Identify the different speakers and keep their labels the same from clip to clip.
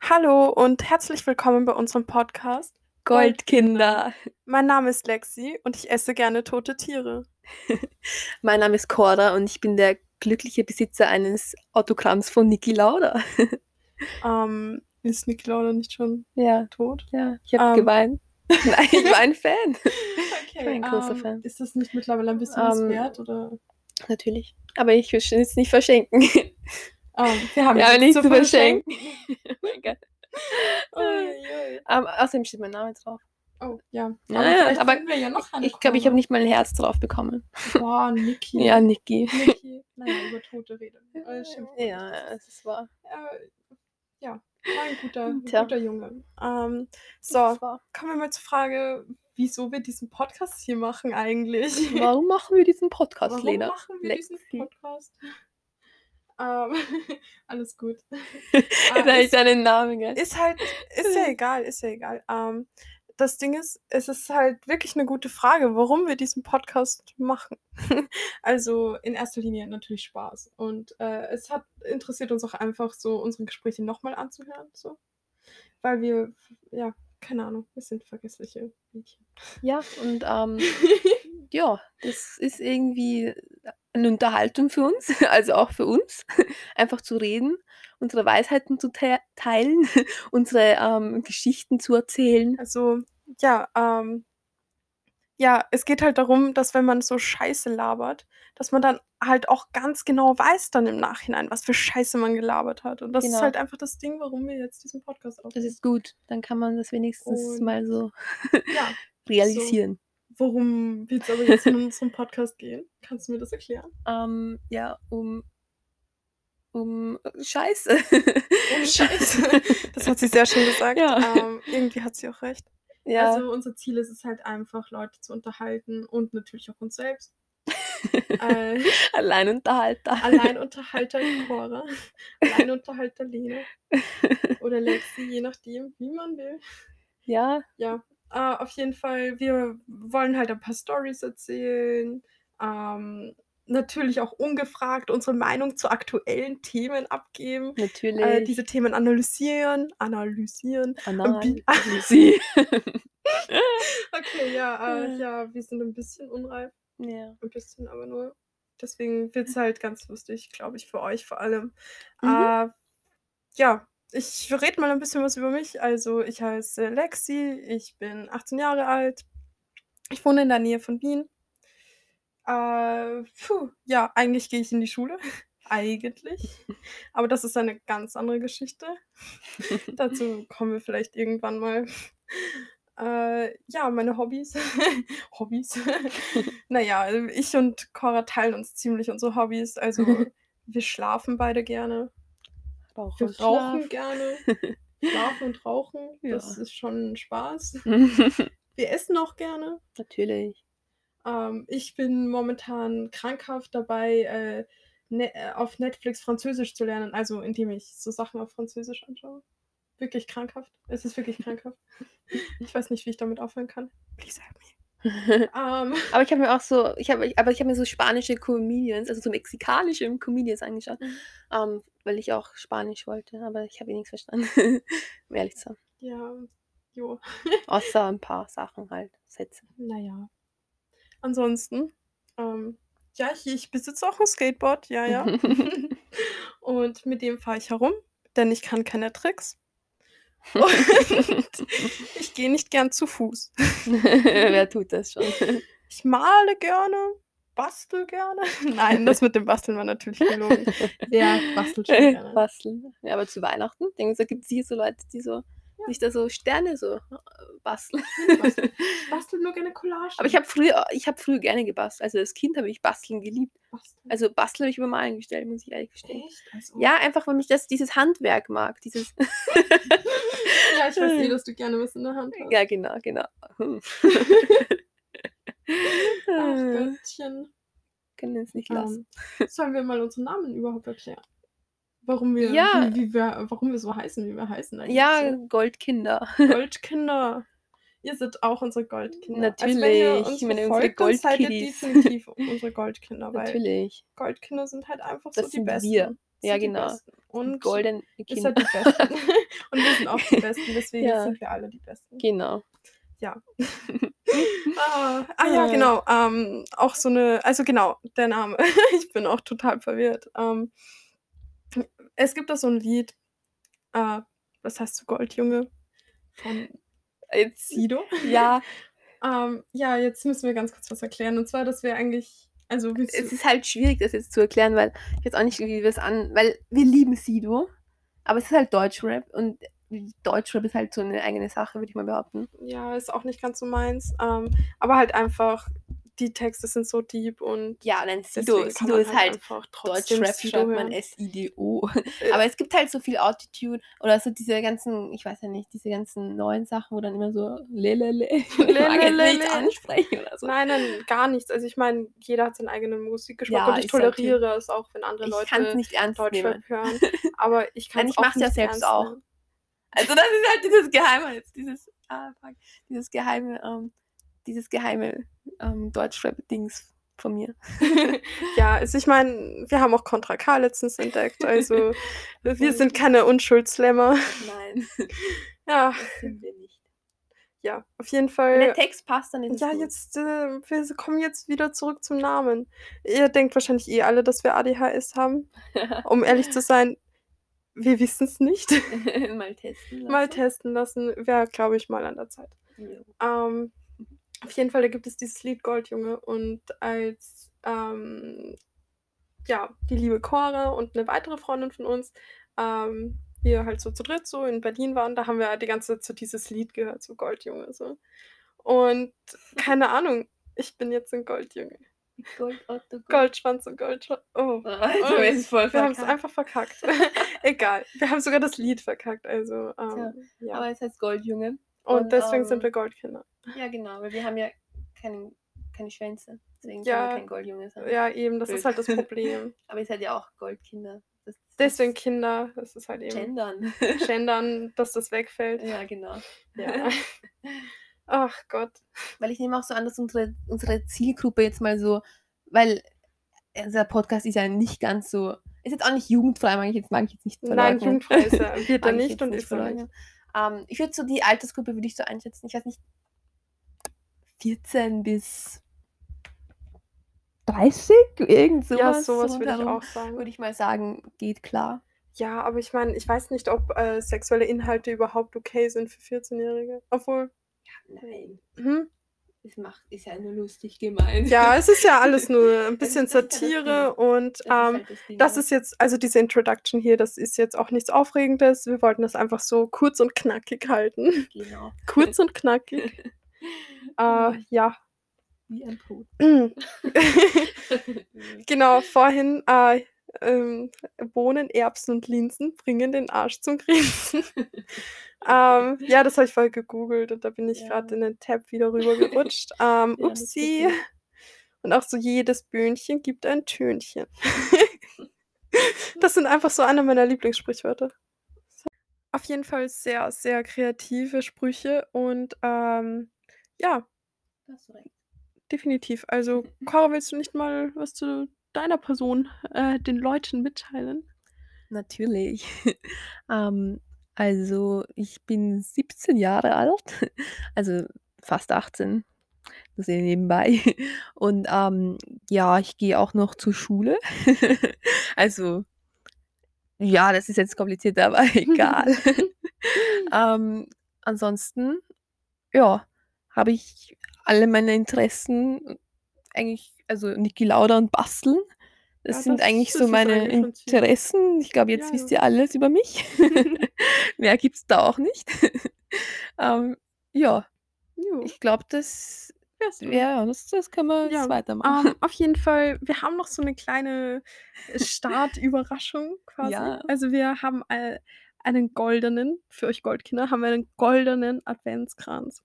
Speaker 1: Hallo und herzlich willkommen bei unserem Podcast.
Speaker 2: Goldkinder.
Speaker 1: Mein Name ist Lexi und ich esse gerne tote Tiere.
Speaker 2: Mein Name ist Cora und ich bin der glückliche Besitzer eines Autogramms von Niki Lauda.
Speaker 1: Ähm, ist Niki Lauda nicht schon
Speaker 2: Ja,
Speaker 1: tot?
Speaker 2: ja, ich habe
Speaker 1: Ähm.
Speaker 2: geweint. Nein, ich war ein Fan.
Speaker 1: Okay, ähm,
Speaker 2: bin ein großer Fan.
Speaker 1: Ist das nicht mittlerweile ein bisschen was
Speaker 2: Ähm,
Speaker 1: wert? Oder?
Speaker 2: Natürlich. Aber ich will es jetzt nicht verschenken.
Speaker 1: Ähm, wir haben
Speaker 2: Ja,
Speaker 1: nichts
Speaker 2: nichts
Speaker 1: zu
Speaker 2: zu verschenken. oh mein Gott.
Speaker 1: Uiuiui.
Speaker 2: Ähm, außerdem steht mein Name drauf.
Speaker 1: Oh, ja.
Speaker 2: Ja,
Speaker 1: Aber
Speaker 2: ja,
Speaker 1: vielleicht
Speaker 2: aber
Speaker 1: finden wir ja noch eine
Speaker 2: Ich glaube, ich habe nicht mal ein Herz drauf bekommen.
Speaker 1: nicht... Boah, Niki.
Speaker 2: Ja, Niki.
Speaker 1: Niki. Naja, über Tote reden. Äh, schimpfen.
Speaker 2: Ja, es ist wahr.
Speaker 1: Äh, ja, war ein guter, ein
Speaker 2: Tja.
Speaker 1: guter Junge. Ähm,
Speaker 2: Es
Speaker 1: so,
Speaker 2: ist wahr.
Speaker 1: kommen wir mal zur Frage, wieso wir diesen Podcast hier machen eigentlich.
Speaker 2: Warum machen wir diesen Podcast,
Speaker 1: Warum
Speaker 2: Lena?
Speaker 1: machen wir
Speaker 2: Lexi.
Speaker 1: diesen Podcast? Ähm, alles gut.
Speaker 2: Jetzt
Speaker 1: Ah,
Speaker 2: habe ich
Speaker 1: ist,
Speaker 2: deinen Namen, gell?
Speaker 1: ist halt, ist ja egal, ist ja egal. Ähm, das Ding ist, es ist halt wirklich eine gute Frage, warum wir diesen Podcast machen. also in erster Linie natürlich Spaß. Und äh, es hat interessiert uns auch einfach, so unsere Gespräche nochmal anzuhören. So. Weil wir, ja, keine Ahnung, wir sind vergessliche Mädchen.
Speaker 2: Ja, und ähm, ja, das ist irgendwie eine Unterhaltung für uns, also auch für uns, einfach zu reden, unsere Weisheiten zu te teilen, unsere ähm, Geschichten zu erzählen.
Speaker 1: Also, ja, ähm, ja, es geht halt darum, dass wenn man so Scheiße labert, dass man dann halt auch ganz genau weiß dann im Nachhinein, was für Scheiße man gelabert hat. Und das ist
Speaker 2: Genau.
Speaker 1: halt einfach das Ding, warum wir jetzt diesen Podcast
Speaker 2: Das
Speaker 1: aufnehmen.
Speaker 2: ist gut, dann kann man das wenigstens
Speaker 1: Und-
Speaker 2: mal so
Speaker 1: ja,
Speaker 2: realisieren.
Speaker 1: worum wird es aber jetzt in unserem Podcast gehen? Kannst du mir das erklären?
Speaker 2: Ähm, ja, um, um Scheiße.
Speaker 1: Um Scheiße. Das hat sie sehr schön gesagt.
Speaker 2: Ja.
Speaker 1: Ähm, irgendwie hat sie auch recht.
Speaker 2: ja,
Speaker 1: Also unser Ziel ist es halt einfach, Leute zu unterhalten und natürlich auch uns selbst. äh,
Speaker 2: Alleinunterhalter.
Speaker 1: Alleinunterhalter Cora, Alleinunterhalter Lena oder Lexi, je nachdem, wie man will.
Speaker 2: ja,
Speaker 1: Ja, äh, auf jeden Fall, wir wollen halt ein paar Stories erzählen. Ähm, natürlich auch ungefragt unsere Meinung zu aktuellen Themen abgeben.
Speaker 2: natürlich.
Speaker 1: Äh, diese Themen analysieren, analysieren.
Speaker 2: Anal.
Speaker 1: Bi-
Speaker 2: Sie.
Speaker 1: Okay, ja, äh,
Speaker 2: Ja.
Speaker 1: ja, wir sind ein bisschen unreif,
Speaker 2: ja.
Speaker 1: ein bisschen aber nur. Deswegen wird es halt ganz lustig, glaube ich, für euch vor allem.
Speaker 2: Mhm.
Speaker 1: Äh, ja, ich rede mal ein bisschen was über mich. Also, ich heiße Lexi, ich bin 18 Jahre alt. Ich wohne in der Nähe von Wien. Äh, puh, ja, eigentlich gehe ich in die Schule. eigentlich. Aber das ist eine ganz andere Geschichte. Dazu kommen wir vielleicht irgendwann mal. Äh, ja, meine Hobbys. Hobbys. naja, ich und Cora teilen uns ziemlich unsere Hobbys. Also, wir schlafen beide gerne.
Speaker 2: Rauch
Speaker 1: Wir
Speaker 2: und
Speaker 1: rauchen
Speaker 2: Schlaf.
Speaker 1: gerne. Schlafen und rauchen,
Speaker 2: Ja.
Speaker 1: das ist schon ein Spaß. Wir essen auch gerne.
Speaker 2: Natürlich.
Speaker 1: Ähm, ich bin momentan krankhaft dabei, äh, ne äh, auf Netflix Französisch zu lernen, also indem ich so Sachen auf Französisch anschaue. Wirklich krankhaft. Es ist wirklich krankhaft. Ich weiß nicht, wie ich damit aufhören kann. Please help me.
Speaker 2: aber
Speaker 1: Ähm,
Speaker 2: ich habe mir auch so, ich habe, aber ich habe mir so spanische Comedians, also so mexikanische Comedians angeschaut,
Speaker 1: Mhm.
Speaker 2: ähm, weil ich auch Spanisch wollte, aber ich habe eh nichts verstanden, um ehrlich zu sein.
Speaker 1: ja, jo.
Speaker 2: Außer ein paar Sachen halt, Sätze.
Speaker 1: Naja. Ansonsten, ähm, ja, ich, ich besitze auch ein Skateboard, ja, Ah, ja. Und mit dem fahre ich herum, denn ich kann keine Tricks. Und ich gehe nicht gern zu Fuß.
Speaker 2: Wer tut das schon?
Speaker 1: Ich male gerne, bastel gerne. Nein, das mit dem Basteln war natürlich gelogen. Ja, bastelt schon gerne.
Speaker 2: Basteln. Ja, aber zu Weihnachten, denkst du, gibt es hier so Leute, die so
Speaker 1: Ja.
Speaker 2: sich da so Sterne so äh, basteln.
Speaker 1: Bastel, bastel nur gerne Collagen.
Speaker 2: Aber ich habe früher, ich habe früher gerne gebastelt. Also als Kind habe ich basteln geliebt.
Speaker 1: Basteln.
Speaker 2: Also basteln habe ich über Malen gestellt, muss ich ehrlich gestehen.
Speaker 1: Echt? Also,
Speaker 2: Ja, einfach, weil mich das, dieses Handwerk mag. Dieses.
Speaker 1: ja, ich weiß eh, dass du gerne was in der Hand hast.
Speaker 2: ja, genau, genau. Hm.
Speaker 1: Ach,
Speaker 2: Äh,
Speaker 1: Göttchen.
Speaker 2: Können wir es nicht lassen.
Speaker 1: Ähm, sollen wir mal unseren Namen überhaupt erklären? Warum wir,
Speaker 2: Ja.
Speaker 1: wie, wie wir, warum wir so heißen, wie wir heißen eigentlich.
Speaker 2: ja,
Speaker 1: so.
Speaker 2: Goldkinder.
Speaker 1: Goldkinder. Ihr seid auch unsere Goldkinder.
Speaker 2: Natürlich,
Speaker 1: Also
Speaker 2: ich
Speaker 1: wenn
Speaker 2: meine,
Speaker 1: ihr uns
Speaker 2: unsere
Speaker 1: verfolgt, dann seid ihr
Speaker 2: Goldkiddies.
Speaker 1: definitiv unsere Goldkinder, weil
Speaker 2: Natürlich.
Speaker 1: Goldkinder sind halt einfach so
Speaker 2: Das
Speaker 1: die
Speaker 2: sind
Speaker 1: Besten.
Speaker 2: wir. Ja,
Speaker 1: sind die
Speaker 2: genau.
Speaker 1: Besten. Und Golden
Speaker 2: Golden
Speaker 1: ist
Speaker 2: Kinder.
Speaker 1: halt die Besten. Und wir sind auch die Besten, deswegen
Speaker 2: Ja.
Speaker 1: sind wir alle die Besten.
Speaker 2: Genau.
Speaker 1: Ah, ah ja,
Speaker 2: Ah.
Speaker 1: genau. Ähm, auch so eine, also genau, der Name. ich bin auch total verwirrt. Ähm, es gibt da so ein Lied, äh, was heißt du Goldjunge? Von
Speaker 2: Jetzt,
Speaker 1: Sido.
Speaker 2: ja,
Speaker 1: Ähm, ja, jetzt müssen wir ganz kurz was erklären. Und zwar, dass wir eigentlich, also willst
Speaker 2: es
Speaker 1: du,
Speaker 2: ist halt schwierig, das jetzt zu erklären, weil ich jetzt auch nicht, wie wir es an, weil wir lieben Sido, aber es ist halt Deutschrap und Deutschrap ist halt so eine eigene Sache, würde ich mal behaupten.
Speaker 1: ja, ist auch nicht ganz so meins. Ähm, aber halt einfach, die Texte sind so deep und
Speaker 2: Ja, nein, Sido,
Speaker 1: deswegen kann
Speaker 2: Sido
Speaker 1: man
Speaker 2: ist halt
Speaker 1: einfach trotzdem
Speaker 2: Deutschrap
Speaker 1: Sido
Speaker 2: schreibt man
Speaker 1: hören.
Speaker 2: S-I-D-O.
Speaker 1: Ja.
Speaker 2: Aber es gibt halt so viel Altitude oder so diese ganzen, ich weiß ja nicht, diese ganzen neuen Sachen, wo dann immer so lelele, ich mag jetzt
Speaker 1: Lelelele.
Speaker 2: nicht ansprechen oder so.
Speaker 1: Nein, nein, gar nichts. Also ich meine, jeder hat seinen eigenen Musikgeschmack
Speaker 2: Ja,
Speaker 1: und ich
Speaker 2: ist halt
Speaker 1: toleriere es auch, wenn andere
Speaker 2: Ich
Speaker 1: Leute
Speaker 2: kann es nicht ernst nehmen.
Speaker 1: Deutschrap hören. Aber ich kann
Speaker 2: Nein,
Speaker 1: es
Speaker 2: ich
Speaker 1: auch
Speaker 2: mach's ja
Speaker 1: nicht
Speaker 2: selbst
Speaker 1: ernst
Speaker 2: auch.
Speaker 1: nehmen.
Speaker 2: Also das ist halt dieses Geheimnis, dieses, ah, fuck, dieses geheime, ähm, dieses geheime ähm, Deutschrap-Dings von mir.
Speaker 1: Ja, also ich meine, wir haben auch Contra K letztens entdeckt. Also wir sind keine Unschuld-Slammer.
Speaker 2: Nein,
Speaker 1: Ja,
Speaker 2: das sind wir nicht.
Speaker 1: ja, auf jeden
Speaker 2: Wenn
Speaker 1: Fall.
Speaker 2: der Text passt, dann ist es
Speaker 1: Ja,
Speaker 2: gut.
Speaker 1: jetzt, äh, wir kommen jetzt wieder zurück zum Namen. Ihr denkt wahrscheinlich eh alle, dass wir ADHS haben. Um ehrlich zu sein, wir wissen es nicht.
Speaker 2: mal testen.
Speaker 1: Mal
Speaker 2: lassen.
Speaker 1: testen lassen, wäre, glaube ich, mal an der Zeit.
Speaker 2: Jo.
Speaker 1: Ähm, auf jeden Fall, da gibt es dieses Lied Goldjunge und als ähm, ja, die liebe Cora und eine weitere Freundin von uns, ähm, wir halt so zu dritt so in Berlin waren, da haben wir die ganze Zeit so dieses Lied gehört, so Goldjunge. So. Und keine Ahnung, ich bin jetzt ein Goldjunge.
Speaker 2: Gold, Otto, Gold.
Speaker 1: Goldschwanz und Goldschwanz. Oh.
Speaker 2: Also, es ist voll
Speaker 1: Wir haben es
Speaker 2: verkackt.
Speaker 1: einfach verkackt. Egal. Wir haben sogar das Lied verkackt. Also,
Speaker 2: Tja,
Speaker 1: ähm, ja.
Speaker 2: Aber es heißt Goldjunge.
Speaker 1: und,
Speaker 2: und,
Speaker 1: deswegen
Speaker 2: ähm,
Speaker 1: sind wir Goldkinder.
Speaker 2: Ja, genau, weil wir haben ja keine, keine Schwänze. Deswegen
Speaker 1: Ja,
Speaker 2: können wir kein Goldjunge sein.
Speaker 1: Ja, eben, das ist
Speaker 2: blöd.
Speaker 1: halt das Problem.
Speaker 2: Aber ihr seid ja auch Goldkinder. Das, das
Speaker 1: Deswegen Kinder, das ist halt eben
Speaker 2: Gendern.
Speaker 1: gendern, dass das wegfällt.
Speaker 2: ja, genau.
Speaker 1: Ja. Ach Gott.
Speaker 2: Weil ich nehme auch so an, dass unsere, unsere Zielgruppe jetzt mal so, weil unser Podcast ist ja nicht ganz so, ist jetzt auch nicht jugendfrei, mag ich jetzt, mag ich jetzt nicht
Speaker 1: Nein,
Speaker 2: verleugnen.
Speaker 1: jugendfrei ist er. Wird er
Speaker 2: Mag ich
Speaker 1: nicht
Speaker 2: jetzt
Speaker 1: und ist er
Speaker 2: verleugnen.
Speaker 1: nicht.
Speaker 2: Ähm, ich würde so die Altersgruppe würde ich so einschätzen. Ich weiß nicht, 14 bis 30? Irgend sowas.
Speaker 1: ja, sowas
Speaker 2: so
Speaker 1: würde ich
Speaker 2: darum
Speaker 1: auch sagen.
Speaker 2: Würde ich mal sagen, geht klar.
Speaker 1: Ja, aber ich meine, ich weiß nicht, ob äh, sexuelle Inhalte überhaupt okay sind für 14-Jährige. Obwohl,
Speaker 2: Nein,
Speaker 1: hm?
Speaker 2: es macht, ist ja nur lustig gemeint.
Speaker 1: ja, es ist ja alles nur ein bisschen
Speaker 2: Das ist halt ja das
Speaker 1: Satire
Speaker 2: Ding.
Speaker 1: und ähm,
Speaker 2: ne?
Speaker 1: Das ist jetzt, also diese Introduction hier, das ist jetzt auch nichts Aufregendes. Wir wollten das einfach so kurz und knackig halten.
Speaker 2: genau.
Speaker 1: kurz und knackig. Äh, ja.
Speaker 2: Wie ein Tod.
Speaker 1: Genau, vorhin äh, ähm, Bohnen, Erbsen und Linsen bringen den Arsch zum Grinsen. ähm, ja, das habe ich vorher gegoogelt und da bin ich
Speaker 2: Ja.
Speaker 1: gerade in den Tab wieder rübergerutscht. Ähm,
Speaker 2: Ja, das ist
Speaker 1: upsi.
Speaker 2: richtig.
Speaker 1: Und auch so jedes Böhnchen gibt ein Tönchen. das sind einfach so eine meiner Lieblingssprichwörter. Auf jeden Fall sehr, sehr kreative Sprüche und ähm, ja,
Speaker 2: Hast du recht.
Speaker 1: definitiv. Also,
Speaker 2: Mhm.
Speaker 1: Cora, willst du nicht mal was zu deiner Person äh, den Leuten mitteilen?
Speaker 2: Natürlich. ähm, also, ich bin 17 Jahre alt, also fast 18, das ist nebenbei. Und ähm, ja, ich gehe auch noch zur Schule. also, ja, das ist jetzt kompliziert, aber egal. ähm, ansonsten, ja, habe ich alle meine Interessen eigentlich, also Niki Lauda und Basteln. Das
Speaker 1: Ja,
Speaker 2: sind
Speaker 1: das-
Speaker 2: eigentlich
Speaker 1: das
Speaker 2: so
Speaker 1: ist
Speaker 2: meine
Speaker 1: eigentlich schon ziemlich-
Speaker 2: Interessen. Ich glaube, jetzt
Speaker 1: Ja,
Speaker 2: wisst
Speaker 1: ja.
Speaker 2: ihr alles über mich. Mehr gibt es da auch nicht. ähm, ja,
Speaker 1: Jo,
Speaker 2: ich glaube, das,
Speaker 1: wär's du.
Speaker 2: ja, Ah, das, das können wir
Speaker 1: Ja,
Speaker 2: jetzt weitermachen.
Speaker 1: Ähm, auf jeden Fall, wir haben noch so eine kleine äh, Startüberraschung quasi.
Speaker 2: Ja.
Speaker 1: Also wir haben äh, einen goldenen, für euch Goldkinder, haben wir einen goldenen Adventskranz.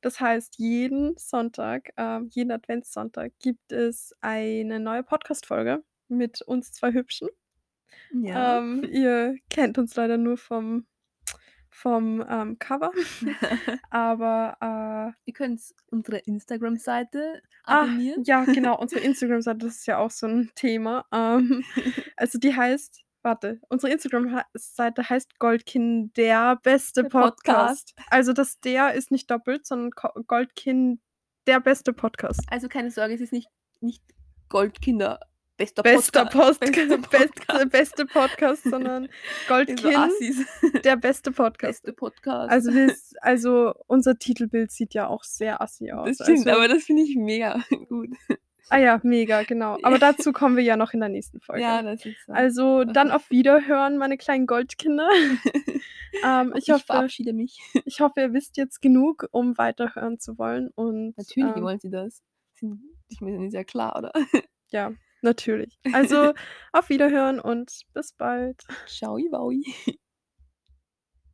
Speaker 1: Das heißt, jeden Sonntag, ähm, jeden Adventssonntag gibt es eine neue Podcast-Folge mit uns zwei Hübschen.
Speaker 2: ja.
Speaker 1: Ähm, ihr kennt uns leider nur vom, vom ähm, Cover, aber äh,
Speaker 2: ihr könnt unsere Instagram-Seite
Speaker 1: Ah,
Speaker 2: abonnieren.
Speaker 1: ja, genau. Unsere Instagram-Seite, das ist ja auch so ein Thema. Ähm, also die heißt Warte, unsere Instagram-Seite heißt Goldkind der beste
Speaker 2: Der
Speaker 1: Podcast.
Speaker 2: Podcast.
Speaker 1: Also das der ist nicht doppelt, sondern Ko- Goldkind der beste Podcast.
Speaker 2: Also keine Sorge, es ist nicht, nicht Goldkinder. Bester,
Speaker 1: Bester
Speaker 2: Podcast.
Speaker 1: Podcast,
Speaker 2: Bester
Speaker 1: Beste,
Speaker 2: Podcast.
Speaker 1: beste Podcast, sondern
Speaker 2: Bester
Speaker 1: Goldkind
Speaker 2: Assis.
Speaker 1: der beste Podcast.
Speaker 2: Beste Podcast.
Speaker 1: Also, wir, s- also unser Titelbild sieht ja auch sehr assi aus.
Speaker 2: das stimmt,
Speaker 1: also,
Speaker 2: aber das finde ich mega gut.
Speaker 1: ah ja, mega, genau. Aber dazu kommen wir ja noch in der nächsten Folge.
Speaker 2: Ja, das ist so.
Speaker 1: Also dann auf Wiederhören, meine kleinen Goldkinder. ähm, ich,
Speaker 2: ich
Speaker 1: hoffe,
Speaker 2: verabschiede mich.
Speaker 1: ich hoffe, ihr wisst jetzt genug, um weiterhören zu wollen. Und,
Speaker 2: Natürlich
Speaker 1: ähm,
Speaker 2: wollen sie das. Sind, ich meine, ist ja klar, oder?
Speaker 1: Ja, natürlich. Also auf Wiederhören und bis bald.
Speaker 2: Ciao, Iwaui.